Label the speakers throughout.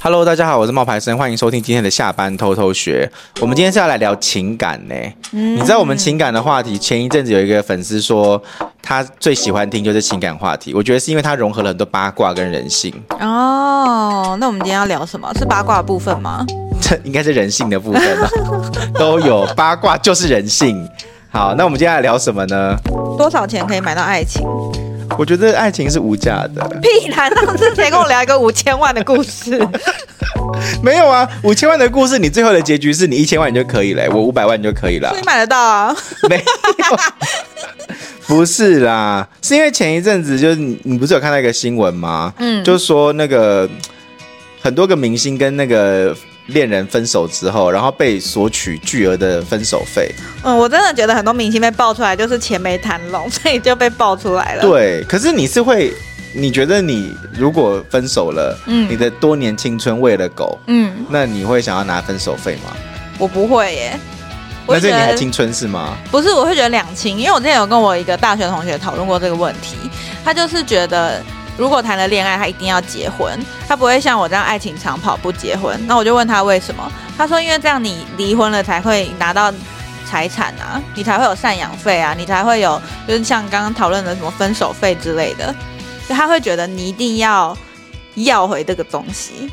Speaker 1: Hello，大家好，我是冒牌生，欢迎收听今天的下班偷偷学。我们今天是要来聊情感呢、你知道我们情感的话题，前一阵子有一个粉丝说他最喜欢听就是情感话题，我觉得是因为它融合了很多八卦跟人性，
Speaker 2: 哦，那我们今天要聊什么？是八卦的部分吗？
Speaker 1: 这应该是人性的部分吧，都有八卦就是人性。好，那我们接下来聊什么呢？
Speaker 2: 多少钱可以买到爱情？
Speaker 1: 我觉得爱情是无价的，
Speaker 2: 屁啦！上次谁跟我聊一个五千万的 故事？
Speaker 1: 啊没有啊，五千万的故事，你最后的结局是你一千万你就可以了、我五百万你就可以了
Speaker 2: 所以，买得到啊？
Speaker 1: 没有，不是啦，是因为前一阵子就是你，你不是有看到一个新闻吗？嗯，就是说那个很多个明星跟那个恋人分手之后，然后被索取巨额的分手费，
Speaker 2: 嗯，我真的觉得很多明星被爆出来就是钱没谈拢，所以就被爆出来了。，
Speaker 1: 对，可是你是会，你觉得你如果分手了，
Speaker 2: 嗯
Speaker 1: 你的多年青春喂了狗，
Speaker 2: 嗯，
Speaker 1: 那你会想要拿分手费吗？
Speaker 2: 我不会耶。
Speaker 1: 那
Speaker 2: 我会
Speaker 1: 这
Speaker 2: 觉
Speaker 1: 你还
Speaker 2: 得
Speaker 1: 青春是吗？
Speaker 2: 不是，我会觉得两清，因为我之前有跟我一个大学同学讨论过这个问题，他就是觉得如果谈了恋爱，他一定要结婚，他不会像我这样爱情长跑不结婚。那我就问他为什么，他说因为这样你离婚了才会拿到财产啊，你才会有赡养费啊，你才会有就是像刚刚讨论的什么分手费之类的，就他会觉得你一定要要回这个东西。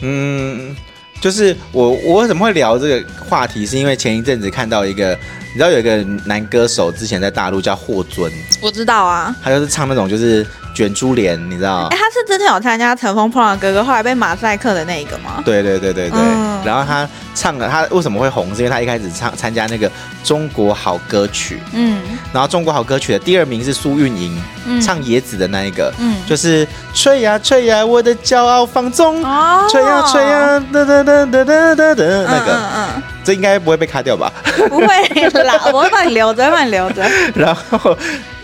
Speaker 1: 嗯，就是我我为什么会聊这个话题，是因为前一阵子看到一个，你知道有一个男歌手之前在大陆叫霍尊，
Speaker 2: 我知道啊。
Speaker 1: 他就是唱那种就是卷珠帘，你知道
Speaker 2: 哎、？他是之前有参加《乘风破浪的哥哥》，后来被马赛克的那一个吗？
Speaker 1: 对对对对对，
Speaker 2: 嗯
Speaker 1: 然后他唱了，他为什么会红？是因为他一开始唱参加那个中国好歌曲，
Speaker 2: 嗯
Speaker 1: 然后中国好歌曲的第二名是苏运莹，
Speaker 2: 嗯
Speaker 1: 唱野子的那一个，
Speaker 2: 嗯
Speaker 1: 就是吹呀吹呀，我的骄傲放纵，
Speaker 2: 哦
Speaker 1: 吹呀吹，呀，哒哒哒哒哒哒哒，
Speaker 2: 嗯
Speaker 1: 那个
Speaker 2: 嗯
Speaker 1: 这应该不会被卡掉吧？
Speaker 2: 嗯，不会啦，我会帮你留着，会帮你 留着。
Speaker 1: 然后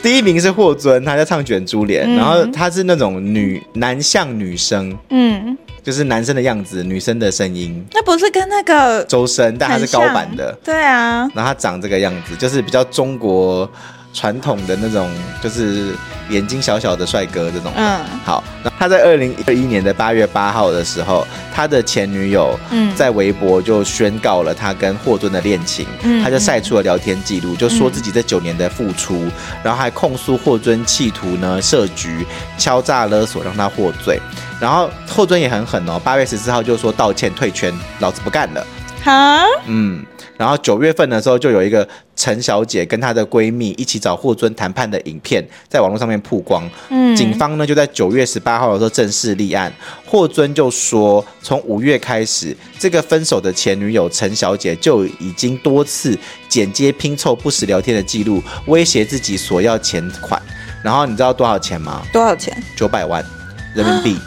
Speaker 1: 第一名是霍尊，他在唱《卷珠帘》
Speaker 2: 嗯
Speaker 1: 然后他是那种女男像女生，
Speaker 2: 嗯，
Speaker 1: 就是男生的样子，女生的声音，
Speaker 2: 那不是跟那个
Speaker 1: 周深，但他是
Speaker 2: 很
Speaker 1: 高
Speaker 2: 像
Speaker 1: 版的，
Speaker 2: 对啊，
Speaker 1: 然后他长这个样子，就是比较中国传统的那种，就是眼睛小小的帅哥这种。
Speaker 2: 嗯
Speaker 1: 好，那他在二零二一年的八月八号的时候，他的前女友
Speaker 2: 嗯
Speaker 1: 在微博就宣告了他跟霍尊的恋情，
Speaker 2: 嗯
Speaker 1: 他就晒出了聊天记录，就说自己这九年的付出，
Speaker 2: 嗯
Speaker 1: 然后还控诉霍尊企图呢设局、敲诈勒索让他获罪，然后霍尊也很狠哦，八月十四号就说道歉退圈，老子不干了。
Speaker 2: 哈，
Speaker 1: 嗯，然后九月份的时候，就有一个陈小姐跟她的闺蜜一起找霍尊谈判的影片在网络上面曝光。
Speaker 2: 嗯
Speaker 1: 警方呢就在九月十八号的时候正式立案。霍尊就说，从五月开始，这个分手的前女友陈小姐就已经多次剪接拼凑不实聊天的记录，威胁自己索要钱款。然后你知道多少钱吗？
Speaker 2: 多少钱？
Speaker 1: 九百万人民币，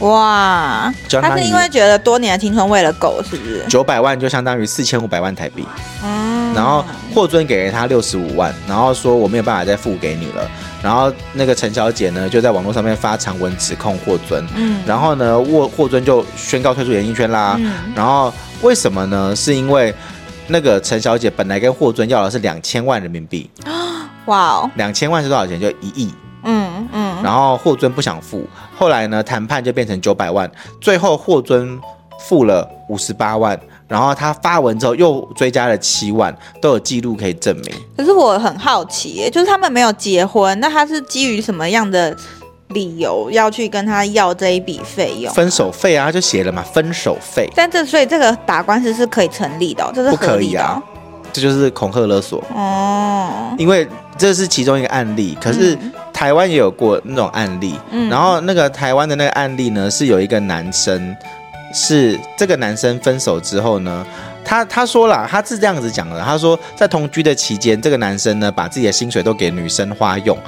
Speaker 2: 哇，
Speaker 1: 只要拿
Speaker 2: 他是
Speaker 1: 你
Speaker 2: 因为觉得多年的青春喂了狗，是不是？
Speaker 1: 九百万就相当于四千五百万台币。
Speaker 2: 嗯，
Speaker 1: 然后霍尊给了他六十五万，然后说我没有办法再付给你了。然后那个陈小姐呢，就在网络上面发长文指控霍尊。
Speaker 2: 嗯
Speaker 1: 然后呢，霍霍尊就宣告退出演艺圈啦。
Speaker 2: 嗯
Speaker 1: 然后为什么呢？是因为那个陈小姐本来跟霍尊要的是两千万人民币，
Speaker 2: 哇哦，
Speaker 1: 两千万是多少钱？就一亿。
Speaker 2: 嗯嗯，
Speaker 1: 然后霍尊不想付，后来呢谈判就变成九百万，最后霍尊付了五十八万，然后他发文之后又追加了七万，都有记录可以证明。
Speaker 2: 可是我很好奇耶，就是他们没有结婚，那他是基于什么样的理由要去跟他要这一笔费用？
Speaker 1: 分手费啊，他就写了嘛，分手费，
Speaker 2: 但这所以这个打官司是可以成立的哦、这是
Speaker 1: 不
Speaker 2: 合
Speaker 1: 可
Speaker 2: 理
Speaker 1: 以
Speaker 2: 的
Speaker 1: 啊
Speaker 2: 哦、，
Speaker 1: 这就是恐吓勒索，
Speaker 2: 哦，
Speaker 1: 因为这是其中一个案例，可是
Speaker 2: 嗯
Speaker 1: 台湾也有过那种案例，
Speaker 2: 嗯
Speaker 1: 然后那个台湾的那个案例呢，是有一个男生，是这个男生分手之后呢。他他说啦，他是这样子讲的。他说，在同居的期间，这个男生呢，把自己的薪水都给女生花用，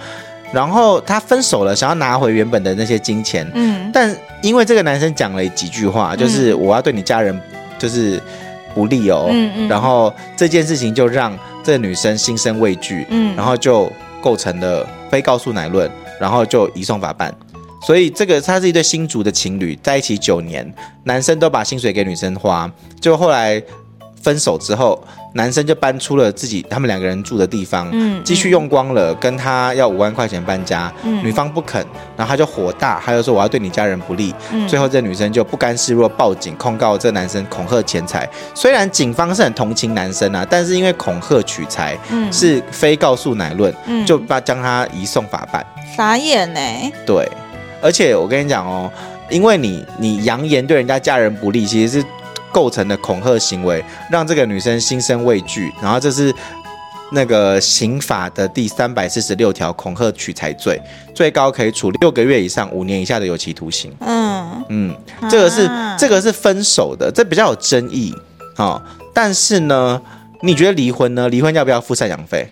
Speaker 1: 然后他分手了，想要拿回原本的那些金钱，
Speaker 2: 嗯
Speaker 1: 但因为这个男生讲了几句话，就是我要对你家人就是不利哦，
Speaker 2: 嗯嗯
Speaker 1: 然后这件事情就让这个女生心生畏惧，
Speaker 2: 嗯
Speaker 1: 然后就构成了非告诉乃论，然后就移送法办。所以这个他是一对新竹的情侣，在一起九年，男生都把薪水给女生花，就后来分手之后，男生就搬出了自己他们两个人住的地方，
Speaker 2: 嗯
Speaker 1: 继续用光了，跟他要五万块钱搬家，
Speaker 2: 嗯
Speaker 1: 女方不肯，然后他就火大，他就说我要对你家人不利，
Speaker 2: 嗯
Speaker 1: 最后这女生就不甘示弱，报警控告这男生恐吓钱财。虽然警方是很同情男生啊，但是因为恐吓取财
Speaker 2: 嗯
Speaker 1: 是非告诉乃论，
Speaker 2: 嗯
Speaker 1: 就把将他移送法办。
Speaker 2: 傻眼呢、
Speaker 1: 对，而且我跟你讲哦，因为你你扬言对人家家人不利，其实是构成的恐吓行为，让这个女生心生畏惧，然后这是。那个刑法的第三百四十六条恐吓取财罪，最高可以处六个月以上五年以下的有期徒刑。
Speaker 2: 嗯，
Speaker 1: 嗯，这个是、
Speaker 2: 啊
Speaker 1: 这个是分手的，这比较有争议哦。但是呢，你觉得离婚呢？离婚要不要付赡养费？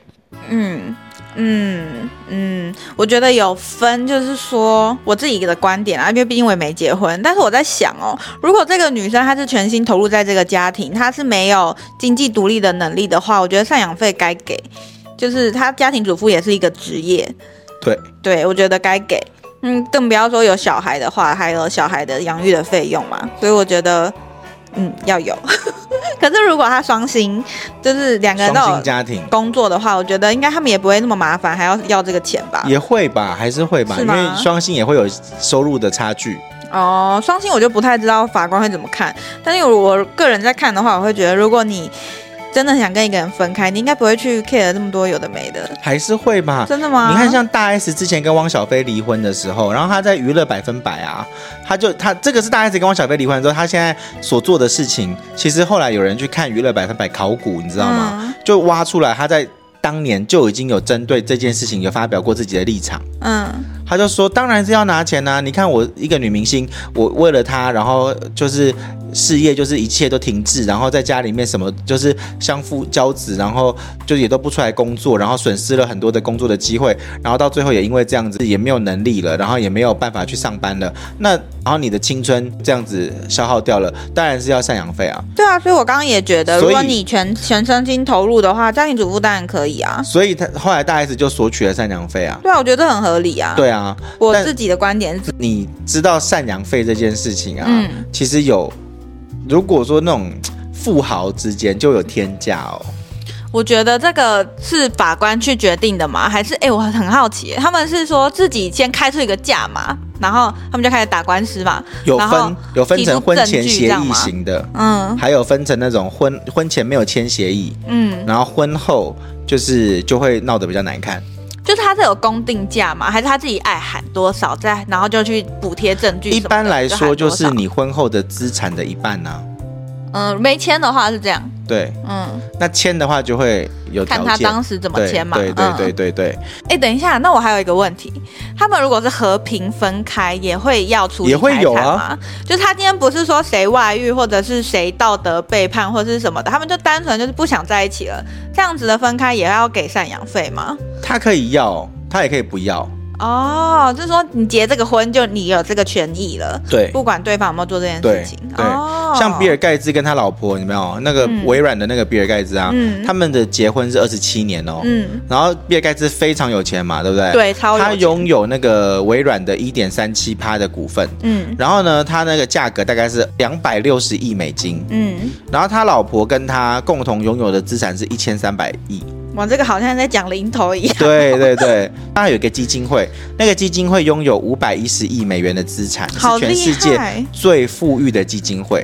Speaker 2: 嗯嗯嗯，我觉得有分，就是说我自己的观点啊，因为毕竟我也没结婚，但是我在想哦，如果这个女生她是全心投入在这个家庭，她是没有经济独立的能力的话，我觉得赡养费该给，就是她家庭主妇也是一个职业，
Speaker 1: 对，
Speaker 2: 对我觉得该给。嗯，更不要说有小孩的话，还有小孩的养育的费用嘛，所以我觉得，嗯，要有。 可是如果她双薪，就是两个人都
Speaker 1: 双
Speaker 2: 有
Speaker 1: 薪家庭
Speaker 2: 工作的话，我觉得应该他们也不会那么麻烦，还要要这个钱吧？
Speaker 1: 也会吧，还是会吧，
Speaker 2: 是
Speaker 1: 因
Speaker 2: 吗
Speaker 1: 为双薪也会有收入的差距。
Speaker 2: 哦，双薪我就不太知道法官会怎么看，但是我个人在看的话，我会觉得如果你真的想跟一个人分开，你应该不会去 care 那么多有的没的，
Speaker 1: 还是会嘛。
Speaker 2: 真的吗？
Speaker 1: 啊你看，像大
Speaker 2: 啊
Speaker 1: S 之前跟汪小菲离婚的时候，然后他在娱乐百分百啊，他就他这个是大 S 跟汪小菲离婚之后，他现在所做的事情，其实后来有人去看娱乐百分百考古，你知道吗？
Speaker 2: 嗯
Speaker 1: 就挖出来他在当年就已经有针对这件事情有发表过自己的立场。
Speaker 2: 嗯
Speaker 1: 他就说，当然是要拿钱呐、你看我一个女明星，我为了她，然后就是事业就是一切都停滞，然后在家里面什么就是相夫教子，然后就也都不出来工作，然后损失了很多的工作的机会，然后到最后也因为这样子也没有能力了，然后也没有办法去上班了。那然后你的青春这样子消耗掉了，当然是要赡养费啊。
Speaker 2: 对啊，所以我刚刚也觉得，如
Speaker 1: 所以
Speaker 2: 果你全全身心投入的话，家庭主妇当然可以啊。
Speaker 1: 所以他后来大 S 就索取了赡养费啊。
Speaker 2: 对啊，我觉得这很合理啊。，
Speaker 1: 对啊，
Speaker 2: 我
Speaker 1: 但
Speaker 2: 自己的观点是，
Speaker 1: 你知道赡养费这件事情啊，
Speaker 2: 嗯
Speaker 1: 其实有，如果说那种嘖富豪之间就有天价哦，
Speaker 2: 我觉得这个是法官去决定的吗？还是哎、诶我很好奇，他们是说自己先开出一个价嘛，然后他们就开始打官司嘛？
Speaker 1: 有
Speaker 2: 然后
Speaker 1: 分有分成婚前
Speaker 2: 提出证据
Speaker 1: 协
Speaker 2: 这样
Speaker 1: 议
Speaker 2: 吗
Speaker 1: 型的，
Speaker 2: 嗯
Speaker 1: 还有分成那种婚婚前没有签协议，
Speaker 2: 嗯，
Speaker 1: 然后婚后就是就会闹得比较难看。
Speaker 2: 就是他是有公定价嘛，还是他自己爱喊多少再，然后就去补贴证据什
Speaker 1: 一
Speaker 2: 么的？
Speaker 1: 般来说就
Speaker 2: 喊
Speaker 1: 是
Speaker 2: 多少
Speaker 1: 你婚后的资产的一半啊，
Speaker 2: 嗯没签的话是这样，
Speaker 1: 对，
Speaker 2: 嗯，
Speaker 1: 那签的话就会有条
Speaker 2: 看
Speaker 1: 件。
Speaker 2: 他当时怎么
Speaker 1: 对
Speaker 2: 签嘛。
Speaker 1: 对对对
Speaker 2: 嗯
Speaker 1: 对对，
Speaker 2: 哎、等一下，那我还有一个问题，他们如果是和平分开，也会要处理
Speaker 1: 也会有啊
Speaker 2: 财产吗，就是他今天不是说谁外遇，或者是谁道德背叛，或者是什么的，他们就单纯就是不想在一起了，这样子的分开也要给赡养费吗？
Speaker 1: 他可以要，他也可以不要。
Speaker 2: 哦，就是说你结这个婚，就你有这个权益了，
Speaker 1: 对，
Speaker 2: 不管对方有没有做这件
Speaker 1: 对
Speaker 2: 事情。
Speaker 1: 对
Speaker 2: 哦，
Speaker 1: 像比尔，盖茨跟他老婆，有没有那个
Speaker 2: 嗯
Speaker 1: 微软的那个比尔盖茨啊？
Speaker 2: 嗯
Speaker 1: 他们的结婚是二十七年哦。
Speaker 2: 嗯，
Speaker 1: 然后比尔盖茨非常有钱嘛，对不对？。
Speaker 2: 对，超有
Speaker 1: 哎他
Speaker 2: 钱，
Speaker 1: 拥有那个微软的一点三七趴的股份，
Speaker 2: 嗯
Speaker 1: 然后呢，他那个价格大概是两百六十亿美金，
Speaker 2: 嗯，
Speaker 1: 然后他老婆跟他共同拥有的资产是一千三百 亿。
Speaker 2: 我这个好像在讲零头一样。
Speaker 1: 对对对，他有一个基金会，那个基金会拥有五百一十亿美元的资产，
Speaker 2: 好
Speaker 1: 是全世
Speaker 2: 厉
Speaker 1: 界
Speaker 2: 害！
Speaker 1: 最富裕的基金会。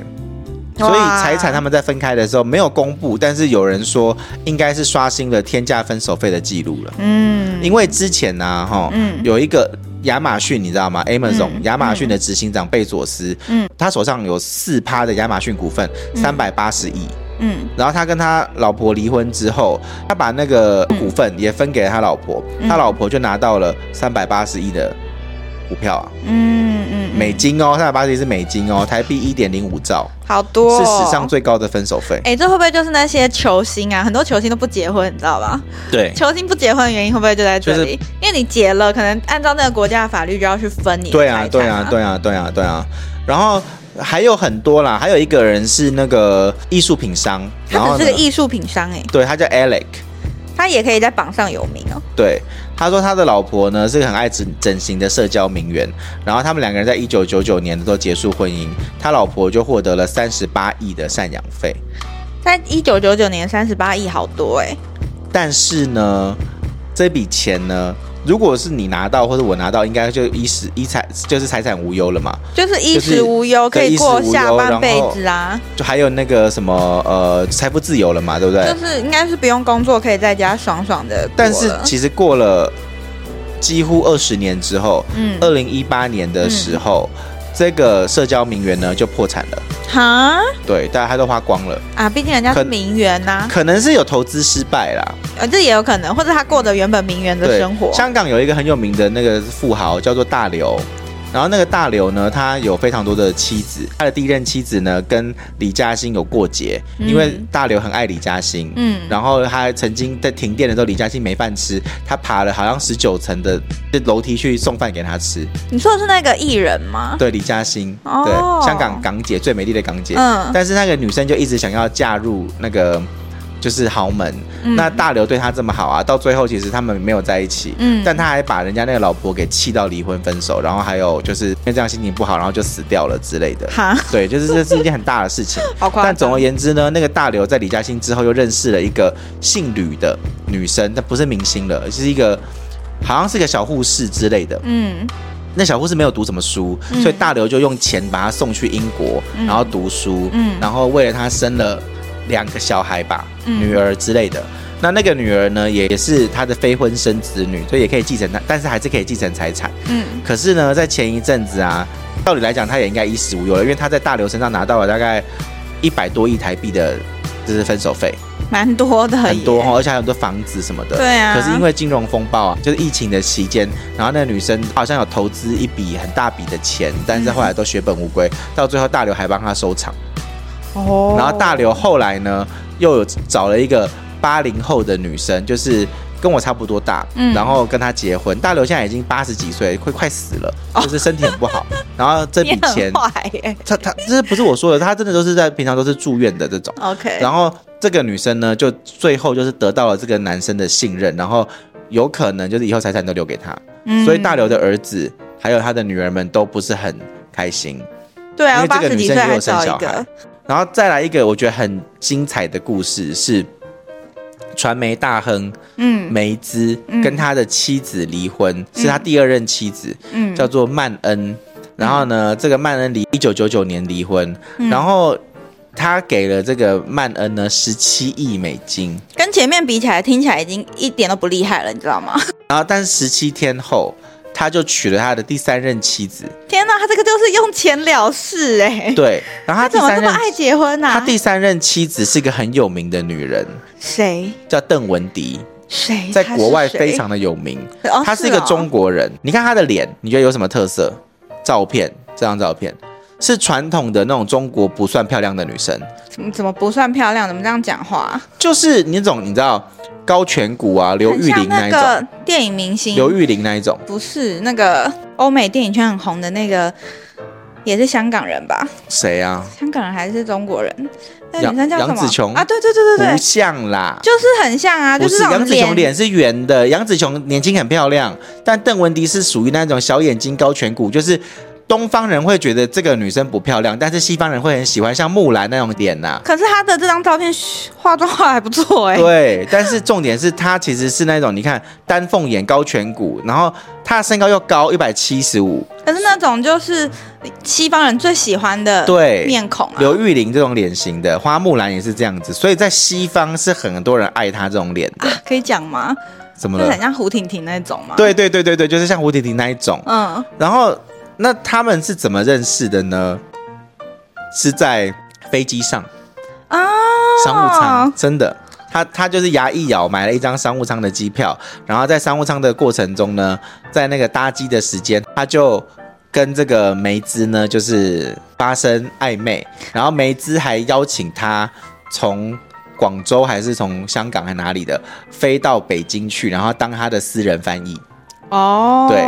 Speaker 1: 所以
Speaker 2: 哇
Speaker 1: 财产他们在分开的时候没有公布，但是有人说应该是刷新了天价分手费的记录了，
Speaker 2: 嗯
Speaker 1: 因为之前呢、啊，哈、
Speaker 2: 嗯
Speaker 1: 有一个亚马逊，你知道吗？Amazon、
Speaker 2: 嗯
Speaker 1: 亚马逊的执行长贝佐斯，
Speaker 2: 嗯
Speaker 1: 他手上有四趴的亚马逊股份，三百八十亿。
Speaker 2: 嗯
Speaker 1: 然后他跟他老婆离婚之后，他把那个股份也分给了他老婆，
Speaker 2: 嗯
Speaker 1: 他老婆就拿到了三百八十亿的股票啊，
Speaker 2: 嗯嗯，
Speaker 1: 美金哦，三百八十亿是美金哦，台币一点零五兆，
Speaker 2: 好多、
Speaker 1: 是
Speaker 2: 哦，
Speaker 1: 史上最高的分手费。
Speaker 2: 哎、这会不会就是那些球星啊？很多球星都不结婚，你知道吧？
Speaker 1: 对
Speaker 2: 球星不结婚的原因会不会就在这里？因为你结了，可能按照那个国家的法律就要去分你的
Speaker 1: 对啊，
Speaker 2: 财产
Speaker 1: 对啊，对啊，对啊，对啊。然后还有很多啦，还有一个人是那个艺术品商，然
Speaker 2: 他
Speaker 1: 后
Speaker 2: 只
Speaker 1: 呢
Speaker 2: 是个艺术品商哎、
Speaker 1: 对，他叫 Alec。
Speaker 2: 他也可以在榜上有名哦。
Speaker 1: 对，他说他的老婆呢是个很爱整整形的社交名媛，然后他们两个人在一九九九年都结束婚姻，他老婆就获得了三十八亿的赡养费，
Speaker 2: 在一九九九年三十八亿，好多哎、
Speaker 1: 但是呢，这笔钱呢，如果是你拿到或者我拿到，应该就衣食衣财就是财产无忧了嘛。
Speaker 2: 就是衣
Speaker 1: 就
Speaker 2: 食
Speaker 1: 是
Speaker 2: 无忧，可
Speaker 1: 对
Speaker 2: 以
Speaker 1: 衣食
Speaker 2: 过
Speaker 1: 无
Speaker 2: 下
Speaker 1: 忧
Speaker 2: 半
Speaker 1: 然
Speaker 2: 辈
Speaker 1: 后
Speaker 2: 子啊，
Speaker 1: 就还有那个什么呃，财富自由了嘛，对不对？
Speaker 2: 就是应该是不用工作，可以在家爽爽的。
Speaker 1: 但是其实过了几乎二十年之后，
Speaker 2: 嗯，
Speaker 1: 二零一八年的时候，这个社交名媛呢就破产了，
Speaker 2: 哈
Speaker 1: 对，大家他都花光了，
Speaker 2: 啊，毕竟人家是
Speaker 1: 可
Speaker 2: 名媛啊呐、
Speaker 1: 可能是有投资失败啦，
Speaker 2: 呃，这也有可能，或者他过着原本名媛的
Speaker 1: 对
Speaker 2: 生活。
Speaker 1: 香港有一个很有名的那个富豪叫做大刘，然后那个大刘呢，他有非常多的妻子，他的第一任妻子呢跟李嘉欣有过节，
Speaker 2: 嗯
Speaker 1: 因为大刘很爱李嘉欣。
Speaker 2: 嗯，
Speaker 1: 然后他曾经在停电的时候，李嘉欣没饭吃，他爬了好像十九层的楼梯去送饭给他吃。
Speaker 2: 你说的是那个艺人吗？
Speaker 1: 对，李嘉欣，
Speaker 2: 哦
Speaker 1: 对，香港港姐最美丽的港姐。
Speaker 2: 嗯
Speaker 1: 但是那个女生就一直想要嫁入那个就是豪门，
Speaker 2: 嗯
Speaker 1: 那大刘对她这么好啊，到最后其实他们没有在一起。
Speaker 2: 嗯
Speaker 1: 但他还把人家那个老婆给气到离婚分手，然后还有就是因为这样心情不好，然后就死掉了之 类的。
Speaker 2: 哈，
Speaker 1: 对，就是这是一件很大的事 情。
Speaker 2: 好夸张。
Speaker 1: 但总而言之呢，那个大刘在李嘉欣之后又认识了一个姓吕的女生，但不是明星了，是一个好像是个小护士之类的。
Speaker 2: 嗯
Speaker 1: 那小护士没有读什么书，
Speaker 2: 嗯
Speaker 1: 所以大刘就用钱把她送去英国，
Speaker 2: 嗯
Speaker 1: 然后读书，
Speaker 2: 嗯
Speaker 1: 然后为了她生了两个小孩吧，
Speaker 2: 嗯
Speaker 1: 女儿之类的。那那个女儿呢，也是她的非婚生子女，所以也可以继承她，但是还是可以继承财产。
Speaker 2: 嗯
Speaker 1: 可是呢，在前一阵子啊，道理来讲，她也应该衣食无忧了，因为她在大刘身上拿到了大概一百多亿台币的，就是分手费，
Speaker 2: 蛮多的耶，
Speaker 1: 很多哦，而且还有很多房子什么的。
Speaker 2: 对啊，
Speaker 1: 可是因为金融风暴啊，就是疫情的期间，然后那个女生好像有投资一笔很大笔的钱，但是后来都血本无归，到最后大刘还帮她收场。
Speaker 2: 哦，
Speaker 1: 然后大刘后来呢，又有找了一个八零后的女生，就是。跟我差不多大，
Speaker 2: 嗯
Speaker 1: 然后跟她结婚。大刘现在已经八十几岁，快快死了，就是身体很不 好。然后这
Speaker 2: 哦你
Speaker 1: 笔钱
Speaker 2: 很，坏耶
Speaker 1: 他他这不是我说的，他真的都是在平常都是住院的这种。
Speaker 2: ，OK，
Speaker 1: 然后这个女生呢，就最后就是得到了这个男生的信任，然后有可能就是以后财产都留给他，
Speaker 2: 嗯
Speaker 1: 所以大刘的儿子还有他的女儿们都不是很开心。
Speaker 2: 对啊，
Speaker 1: 因为这
Speaker 2: 八
Speaker 1: 个
Speaker 2: 十
Speaker 1: 女
Speaker 2: 几
Speaker 1: 生
Speaker 2: 岁
Speaker 1: 也
Speaker 2: 还
Speaker 1: 有生
Speaker 2: 找
Speaker 1: 小
Speaker 2: 一
Speaker 1: 孩
Speaker 2: 个，
Speaker 1: 然后再来一个我觉得很精彩的故事是，传媒大亨
Speaker 2: 嗯
Speaker 1: 梅兹跟他的妻子离婚，是他第二任妻子，
Speaker 2: 嗯，
Speaker 1: 叫做曼恩。然后呢，这个曼恩离一九九九年离婚，
Speaker 2: 嗯
Speaker 1: 然后他给了这个曼恩呢十七亿美金。
Speaker 2: 跟前面比起来，听起来已经一点都不厉害了，你知道吗？
Speaker 1: 然后，但十七天后，他就娶了他的第三任妻子。
Speaker 2: 天哪，他这个就是用钱了事哎、
Speaker 1: 对，然后
Speaker 2: 他
Speaker 1: 他第
Speaker 2: 怎么
Speaker 1: 三
Speaker 2: 这么
Speaker 1: 任，
Speaker 2: 爱结婚呢、
Speaker 1: 他
Speaker 2: 啊？
Speaker 1: 第三任妻子是一个很有名的女人，
Speaker 2: 谁
Speaker 1: 叫邓文迪，
Speaker 2: 谁
Speaker 1: 在
Speaker 2: 他是
Speaker 1: 国外
Speaker 2: 谁
Speaker 1: 非常的有名。
Speaker 2: 哦
Speaker 1: 她是一个
Speaker 2: 哦
Speaker 1: 中国人，你看她的脸，你觉得有什么特色？照片，这张照片是传统的那种中国不算漂亮的女生，
Speaker 2: 怎么怎么不算漂亮？怎么这样讲话？
Speaker 1: 就是那种你知道高颧骨啊，刘玉
Speaker 2: 很
Speaker 1: 玲
Speaker 2: 像
Speaker 1: 那
Speaker 2: 那
Speaker 1: 一种，
Speaker 2: 个电影明星，
Speaker 1: 刘玉玲那一种，
Speaker 2: 不是那个欧美电影圈很红的那个，也是香港人吧？
Speaker 1: 谁啊？
Speaker 2: 香港人还是中国人？那
Speaker 1: 杨
Speaker 2: 女生叫什么？
Speaker 1: 杨紫琼
Speaker 2: 啊，对对对对
Speaker 1: 不
Speaker 2: 对，
Speaker 1: 像啦，
Speaker 2: 就是很像啊，
Speaker 1: 不
Speaker 2: 就是那
Speaker 1: 杨
Speaker 2: 种
Speaker 1: 紫
Speaker 2: 脸
Speaker 1: 琼脸是圆的，杨紫琼年轻很漂亮，但邓文迪是属于那种小眼睛、高颧骨，就是东方人会觉得这个女生不漂亮，但是西方人会很喜欢像木兰那种脸呐、
Speaker 2: 可是她的这张照片嘘化妆化得还不错哎、
Speaker 1: 对，但是重点是她其实是那种你看丹凤眼、高颧骨，然后她的身高又高一百七十五，
Speaker 2: 可是那种就是西方人最喜欢的
Speaker 1: 对
Speaker 2: 面孔啊，
Speaker 1: 刘玉玲这种脸型的，花木兰也是这样子，所以在西方是很多人爱她这种脸的。
Speaker 2: 啊可以讲吗？
Speaker 1: 怎么
Speaker 2: 就是
Speaker 1: 了
Speaker 2: 很？像胡婷婷那种嘛。，
Speaker 1: 对对对对对，就是像胡婷婷那一种。
Speaker 2: 嗯，
Speaker 1: 然后，那他们是怎么认识的呢？是在飞机上
Speaker 2: 啊，
Speaker 1: 商务舱，真的。他他就是牙一咬，买了一张商务舱的机票，然后在商务舱的过程中呢，在那个搭机的时间，他就跟这个梅兹呢，就是发生暧昧，然后梅兹还邀请他从广州还是从香港还哪里的飞到北京去，然后当他的私人翻译。
Speaker 2: 哦，
Speaker 1: 对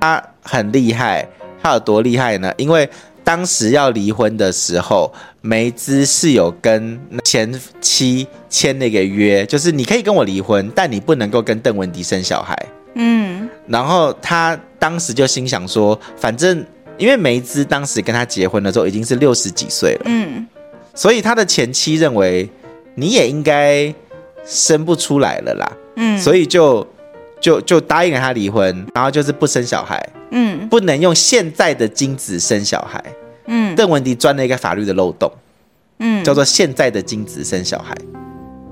Speaker 1: 他很厉害，他有多厉害呢？因为当时要离婚的时候，梅兹是有跟前妻签了一个约，就是你可以跟我离婚，但你不能够跟邓文迪生小孩。
Speaker 2: 嗯
Speaker 1: 然后他当时就心想说，反正因为梅兹当时跟他结婚的时候已经是六十几岁了，
Speaker 2: 嗯，
Speaker 1: 所以他的前妻认为你也应该生不出来了啦，
Speaker 2: 嗯，
Speaker 1: 所以就就就答应了他离婚，然后就是不生小孩，
Speaker 2: 嗯
Speaker 1: 不能用现在的精子生小孩。
Speaker 2: 嗯
Speaker 1: 邓文迪钻了一个法律的漏洞，
Speaker 2: 嗯，
Speaker 1: 叫做现在的精子生小孩，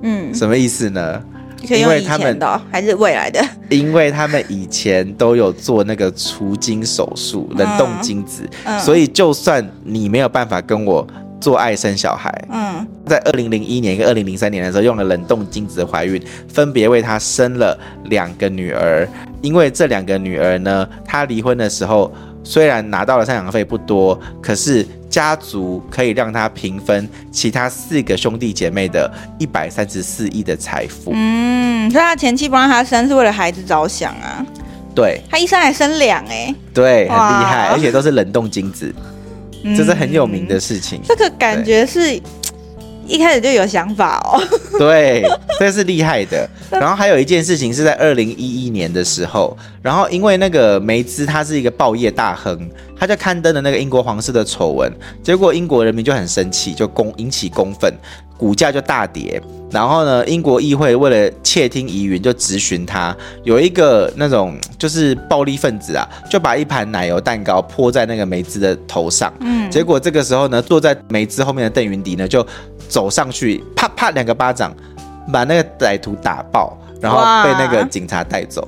Speaker 2: 嗯，
Speaker 1: 什么意思呢？
Speaker 2: 可以
Speaker 1: 因
Speaker 2: 用
Speaker 1: 为
Speaker 2: 以
Speaker 1: 他
Speaker 2: 前
Speaker 1: 们
Speaker 2: 的哦还是未来的？
Speaker 1: 因为他们以前都有做那个除精手术，冷冻精子，
Speaker 2: 嗯，
Speaker 1: 所
Speaker 2: 以
Speaker 1: 以就算你没有办法跟我做爱生小孩，
Speaker 2: 嗯
Speaker 1: 在二零零一年跟二零零三年的时候，用了冷冻精子怀孕，分别为他生了两个女儿。因为这两个女儿呢，她离婚的时候虽然拿到了赡养费不多，可是家族可以让她平分其他四个兄弟姐妹的一百三十四亿的财富。
Speaker 2: 嗯，所以他前妻不让他生是为了孩子着想啊，
Speaker 1: 对
Speaker 2: 他一生还生两哎、
Speaker 1: 对，很厉害，
Speaker 2: 哇
Speaker 1: 而且都是冷冻精子，
Speaker 2: 嗯
Speaker 1: 这是很有名的。事情。
Speaker 2: 这个感觉是一开始就有想法哦。
Speaker 1: 对，这是厉害的。然后还有一件事情是在二零一一年的时候，然后因为那个梅兹他是一个报业大亨，他就刊登了那个英国皇室的丑闻，结果英国人民就很生气，就公引起公愤，股价就大跌。然后呢，英国议会为了窃听疑云，就质询他，有一个那种就是暴力分子啊，就把一盘奶油蛋糕泼在那个梅兹的头上。
Speaker 2: 嗯
Speaker 1: 结果这个时候呢，坐在梅兹后面的邓云迪呢，就走上去，啪啪两个巴掌，把那个歹徒打爆，然后
Speaker 2: 哇
Speaker 1: 被那个警察带走。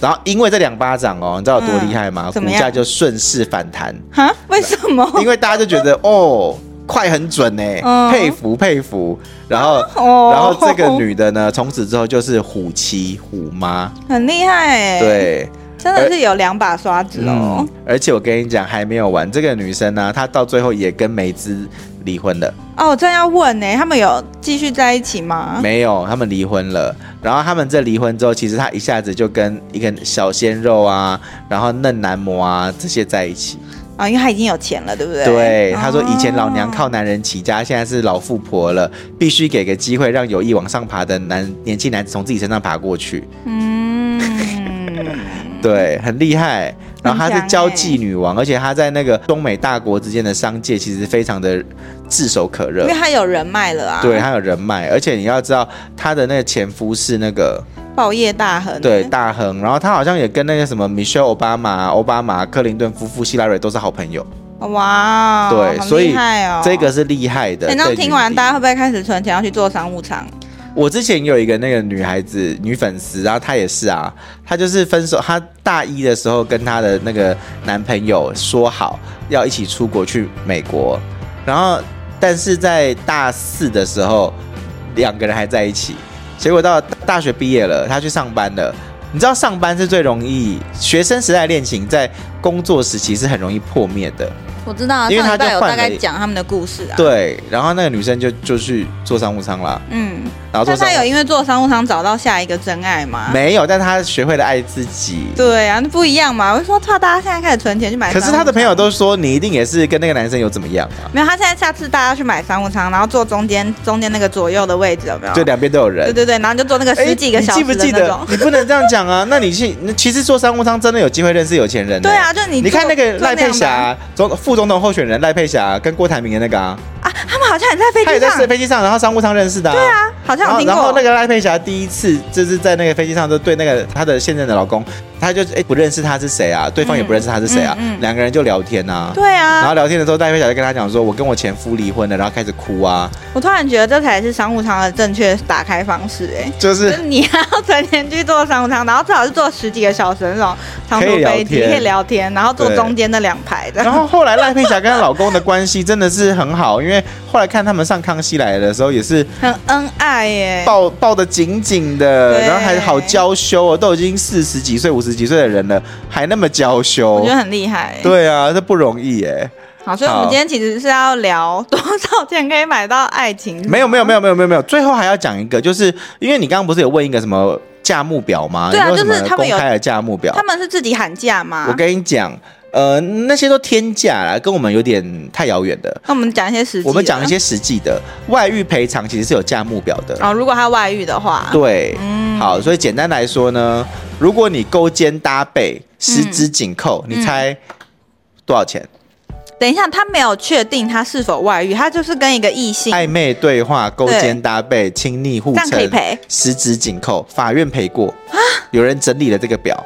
Speaker 1: 然后因为这两巴掌哦，你知道有多厉害吗？
Speaker 2: 嗯怎么
Speaker 1: 股
Speaker 2: 样
Speaker 1: 价就顺势反弹，
Speaker 2: 哈？为什么？
Speaker 1: 因为大家就觉得哦，快很准呢、
Speaker 2: 嗯
Speaker 1: 佩服佩服。然后，
Speaker 2: 哦
Speaker 1: 然后这个女的呢，从此之后就是虎妻虎妈，
Speaker 2: 很厉害哎、，
Speaker 1: 对。
Speaker 2: 真的是有两把刷子哦
Speaker 1: 嗯。，而且我跟你讲，还没有完，这个女生呢、她到最后也跟梅兹离婚了。
Speaker 2: 哦，我正要问呢、他们有继续在一起吗？
Speaker 1: 没有，他们离婚了。然后他们这离婚之后，其实他一下子就跟一个小鲜肉啊，然后嫩男模啊这些在一起。
Speaker 2: 啊、因为他已经有钱了，对不对？
Speaker 1: 对，他说以前老娘
Speaker 2: 哦
Speaker 1: 靠男人起家，现在是老富婆了，必须给个机会让有意往上爬的男年轻男子从自己身上爬过去。
Speaker 2: 嗯，
Speaker 1: 对，很厉害。然后她是
Speaker 2: 很强
Speaker 1: 交际女王，而且她在那个中美大国之间的商界其实非常的炙手可热
Speaker 2: 因为。他有人脉了啊，
Speaker 1: 对，，她有人脉，而且你要知道，她的那个前夫是那个
Speaker 2: 报业大亨，
Speaker 1: 对，大亨，然后他好像也跟那个什么 Michelle 奥巴马、奥巴马、克林顿夫妇、希拉蕊都是好朋友，
Speaker 2: 哇，哦
Speaker 1: 对
Speaker 2: 好
Speaker 1: 所以
Speaker 2: 厉害哦，
Speaker 1: 这个是厉害的。
Speaker 2: 欸那
Speaker 1: 对
Speaker 2: 听
Speaker 1: 女
Speaker 2: 完，
Speaker 1: 帝
Speaker 2: 大家会不会开始存钱要去做商务舱？
Speaker 1: 我之前有一个那个女孩子女粉丝，然后她也是啊，她就是分手，她大一的时候跟她的那个男朋友说好要一起出国去美国，然后但是在大四的时候两个人还在一起，结果到大学毕业了，她去上班了。你知道上班是最容易，学生时代恋情在工作时期是很容易破灭的。
Speaker 2: 我知道啊，
Speaker 1: 因为
Speaker 2: 上
Speaker 1: 他
Speaker 2: 礼拜
Speaker 1: 就
Speaker 2: 有
Speaker 1: 换
Speaker 2: 大概
Speaker 1: 了
Speaker 2: 讲他们的故事啊。，
Speaker 1: 对，然后那个女生就就去做商务舱啦，
Speaker 2: 嗯，
Speaker 1: 然后做
Speaker 2: 那
Speaker 1: 商
Speaker 2: 他
Speaker 1: 务
Speaker 2: 有因为做商务舱找到下一个真爱吗？，
Speaker 1: 没有，但她学会了爱自己。
Speaker 2: 对啊，那不一样嘛。我就说，怕大家现在开始存钱去买
Speaker 1: 可
Speaker 2: 商务舱。
Speaker 1: 是他的朋友都说你一定也是跟那个男生有怎么样啊？
Speaker 2: 没有，他现在下次大家去买商务舱，然后坐中间中间那个左右的位置，有没有？
Speaker 1: 就两边都有人
Speaker 2: 啊对。对对，然后就坐那个
Speaker 1: 哎
Speaker 2: 十几个小时
Speaker 1: 你
Speaker 2: 的
Speaker 1: 记不记
Speaker 2: 那
Speaker 1: 得
Speaker 2: 种？。
Speaker 1: 你不能这样讲啊！那你去，那其实做商务舱真的有机会认识有钱人、
Speaker 2: 对，啊，就你
Speaker 1: 你看那
Speaker 2: 坐
Speaker 1: 个
Speaker 2: 坐
Speaker 1: 赖
Speaker 2: 样
Speaker 1: 佩
Speaker 2: 的啊
Speaker 1: 霞，总副总统候选人赖佩霞跟郭台铭的那个啊，
Speaker 2: 啊，他们好像也在飞
Speaker 1: 他也
Speaker 2: 机
Speaker 1: 在
Speaker 2: 上
Speaker 1: 是，飞机上，然后商务舱认识的、啊。对啊，
Speaker 2: 好
Speaker 1: 然
Speaker 2: 像有
Speaker 1: 后
Speaker 2: 听
Speaker 1: 然
Speaker 2: 过
Speaker 1: 后。那个赖佩霞第一次就是在那个飞机上就对那个她的现任的老公，她就哎、不认识他是谁啊，对方也不认识他是谁啊，
Speaker 2: 嗯嗯嗯
Speaker 1: 两个人就聊天啊。
Speaker 2: 对
Speaker 1: 然后
Speaker 2: 啊，
Speaker 1: 聊天的时候，赖佩霞就跟他讲说：“我跟我前夫离婚了。”然后开始哭啊，
Speaker 2: 我突然觉得这才是商务舱的正确打开方式哎、
Speaker 1: 就是
Speaker 2: 就是你要存钱去做商务舱，然后最好是坐十几个小时的那种长途飞
Speaker 1: 可以
Speaker 2: 机，
Speaker 1: 聊天
Speaker 2: 可以聊天，然后坐中间那两排的。
Speaker 1: 然后后来赖佩霞跟她老公的关系真的是很好，因为后来看他们上《康熙来了》的时候也是
Speaker 2: 很恩爱耶，
Speaker 1: 抱抱得紧紧的，
Speaker 2: 对
Speaker 1: 然后还好娇羞哦，都已经四十几岁、五十几岁的人了，还那么娇
Speaker 2: 我觉
Speaker 1: 羞
Speaker 2: 得。很厉害。，
Speaker 1: 对啊，这不容易耶。
Speaker 2: 好，所以我们
Speaker 1: 好
Speaker 2: 今天其实是要聊多少钱可以买到爱情？
Speaker 1: 没有没有没
Speaker 2: 有，
Speaker 1: 有没有没有没有，最后还要讲一个，就是因为你刚刚不是有问一个什么价目表吗？
Speaker 2: 对啊
Speaker 1: 有没有
Speaker 2: 就是
Speaker 1: 什么
Speaker 2: 他们
Speaker 1: 公
Speaker 2: 有
Speaker 1: 开的价目表
Speaker 2: 他。们是啊自己喊价
Speaker 1: 我
Speaker 2: 吗？
Speaker 1: 跟你讲，呃，那些都天价啦，跟我们有点太遥远的。
Speaker 2: 那我们讲一些实际的，
Speaker 1: 我们讲一些实际的，外遇赔偿其实是有价目表的。
Speaker 2: 哦，如果他外遇的话，
Speaker 1: 对，
Speaker 2: 嗯
Speaker 1: 好，所以简单来说呢，如
Speaker 2: 嗯
Speaker 1: 果你勾肩搭背、十指紧扣，你猜多少钱？
Speaker 2: 等一下，他没有确定他是否外遇，他就是跟一个异性，
Speaker 1: 暧昧对话、勾肩搭背、亲昵互
Speaker 2: 嗯这样可以
Speaker 1: 称、
Speaker 2: 赔啊
Speaker 1: 十指紧扣，法院赔过有人整理了这个 表，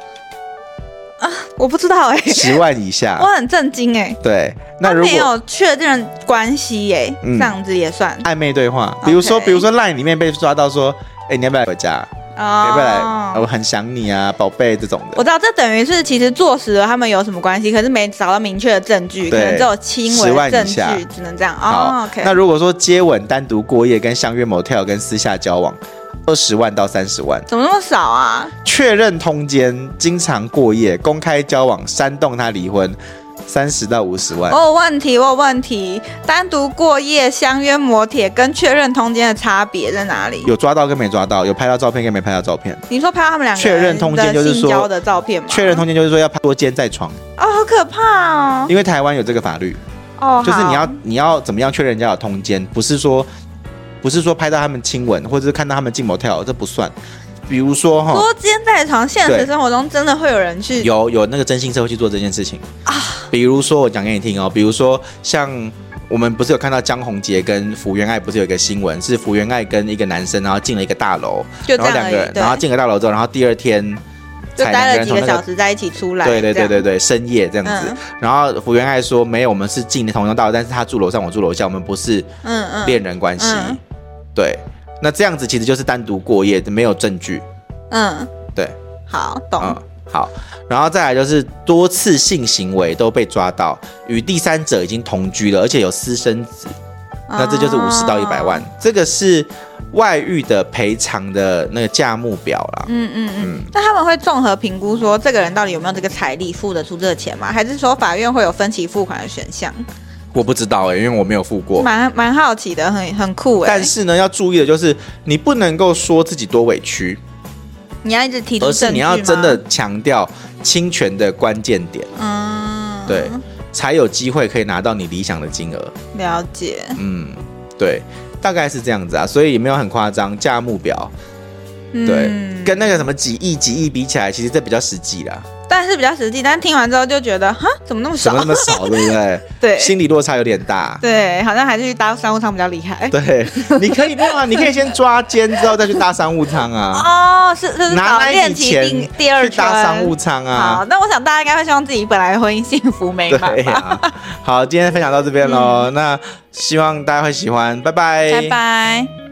Speaker 2: 我不知道哎、
Speaker 1: 十万以
Speaker 2: 我
Speaker 1: 下。
Speaker 2: 很震惊哎、
Speaker 1: 对，那
Speaker 2: 他
Speaker 1: 如
Speaker 2: 没
Speaker 1: 果
Speaker 2: 有确认关系耶、
Speaker 1: 嗯
Speaker 2: 这样子也算
Speaker 1: 暧昧对话，比如说
Speaker 2: OK
Speaker 1: 比如说 LINE 里面被抓到说，哎、你要不要来我家？
Speaker 2: 哦
Speaker 1: 你要不要来？呃我很想你啊，宝贝这种
Speaker 2: 我
Speaker 1: 的，
Speaker 2: 知道这等于是其实坐实了他们有什么关系，可是没找到明确的证据，可
Speaker 1: 对
Speaker 2: 能只有轻微
Speaker 1: 10
Speaker 2: 的
Speaker 1: 万
Speaker 2: 证
Speaker 1: 以下
Speaker 2: 据，只能这样。
Speaker 1: 好
Speaker 2: 哦，OK，
Speaker 1: 那如果说接吻、单独过夜、跟相约 motel、跟私下交往，二十万到三十万。
Speaker 2: 怎么那么少啊？
Speaker 1: 确认通奸、经常过夜、公开交往、煽动他离婚，三十到五十万。
Speaker 2: 我有问题，我有问题。单独过夜、相约摩铁跟确认通奸的差别在哪里？
Speaker 1: 有抓到跟没抓到，有拍到照片跟没拍到照片。
Speaker 2: 你说拍到他们两个
Speaker 1: 确认通奸就是
Speaker 2: 人的性
Speaker 1: 说
Speaker 2: 交的照片吗？
Speaker 1: 确认通奸就是说要拍多奸在床，
Speaker 2: 哦，好可怕哦！
Speaker 1: 因为台湾有这个法律，
Speaker 2: 哦，
Speaker 1: 就是你
Speaker 2: 好
Speaker 1: 要你要怎么样确认人家有通奸，不是说不是说拍到他们亲吻或者是看到他们进 motel 这不算。比如说哈，
Speaker 2: 多奸在床，现实
Speaker 1: 哦对
Speaker 2: 生活中真的会有人去
Speaker 1: 有有那个征信社会去做这件事情啊。比如说我讲给你听哦，比如说像我们不是有看到江宏杰跟福原爱不是有一个新闻，是福原爱跟一个男生然后进了一个大楼，
Speaker 2: 就
Speaker 1: 然
Speaker 2: 这
Speaker 1: 后
Speaker 2: 样
Speaker 1: 两
Speaker 2: 而
Speaker 1: 个
Speaker 2: 已
Speaker 1: 人，，
Speaker 2: 对
Speaker 1: 然，后进了大楼之后，然后第二天
Speaker 2: 就
Speaker 1: 才两
Speaker 2: 待了
Speaker 1: 人
Speaker 2: 几
Speaker 1: 从
Speaker 2: 个
Speaker 1: 那
Speaker 2: 小时在一起出来，
Speaker 1: 对对
Speaker 2: 这
Speaker 1: 对
Speaker 2: 样
Speaker 1: 对对，深夜这样子。
Speaker 2: 嗯
Speaker 1: 然后福原爱说没有，我们是进同一栋大楼，但是他住楼上，我住楼下，我们不是
Speaker 2: 嗯嗯，
Speaker 1: 恋人关系。
Speaker 2: 嗯
Speaker 1: 对，那这样子其实就是单独过夜，没有证据。
Speaker 2: 嗯，
Speaker 1: 对，
Speaker 2: 好懂。
Speaker 1: 嗯，好。然后再来就是多次性行为都被抓到，与第三者已经同居了，而且有私生子，那这就是五十到一百万
Speaker 2: 哦。。
Speaker 1: 这个是外遇的赔偿的那个价目表啦。
Speaker 2: 嗯嗯嗯，那他们会综合评估说这个人到底有没有这个财力付得出这个钱吗？还是说法院会有分期付款的选项？
Speaker 1: 我不知道哎、因为我没有付过。
Speaker 2: 蛮蛮好奇的，很很酷哎、
Speaker 1: 但是呢，要注意的就是，你不能够说自己多委屈，
Speaker 2: 你要一直提出
Speaker 1: 而是
Speaker 2: 证
Speaker 1: 你
Speaker 2: 据
Speaker 1: 要
Speaker 2: 吗
Speaker 1: 真的强调侵权的关键点，
Speaker 2: 嗯，
Speaker 1: 对，才有机会可以拿到你理想的金额。
Speaker 2: 了解。
Speaker 1: 嗯，对，大概是这样子啊，所以也没有很夸张。价目表，对，
Speaker 2: 嗯、
Speaker 1: 跟那个什么几亿几亿比起来，其实这比较实际啦，
Speaker 2: 但是比较实际，但是听完之后就觉得哈，怎么那么
Speaker 1: 什
Speaker 2: 少啊
Speaker 1: 么？那么少，对不对？
Speaker 2: 对
Speaker 1: 心理落差有点大。
Speaker 2: 对，好像还是去搭商务舱比较厉害。
Speaker 1: 对， 你可以没有啊，你可以先抓奸之后再去搭商务舱啊，
Speaker 2: 哦，是是是，
Speaker 1: 拿
Speaker 2: 好
Speaker 1: 那
Speaker 2: 恋
Speaker 1: 一笔
Speaker 2: 情
Speaker 1: 钱
Speaker 2: 第第二
Speaker 1: 去搭
Speaker 2: 圈
Speaker 1: 商务舱啊。
Speaker 2: 好，那我想大家应该会希望自己本来的婚姻幸福美满
Speaker 1: 对
Speaker 2: 吧。
Speaker 1: 啊，好，今天分享到这边喽，那希望大家会喜欢，拜拜，
Speaker 2: 嗯拜拜。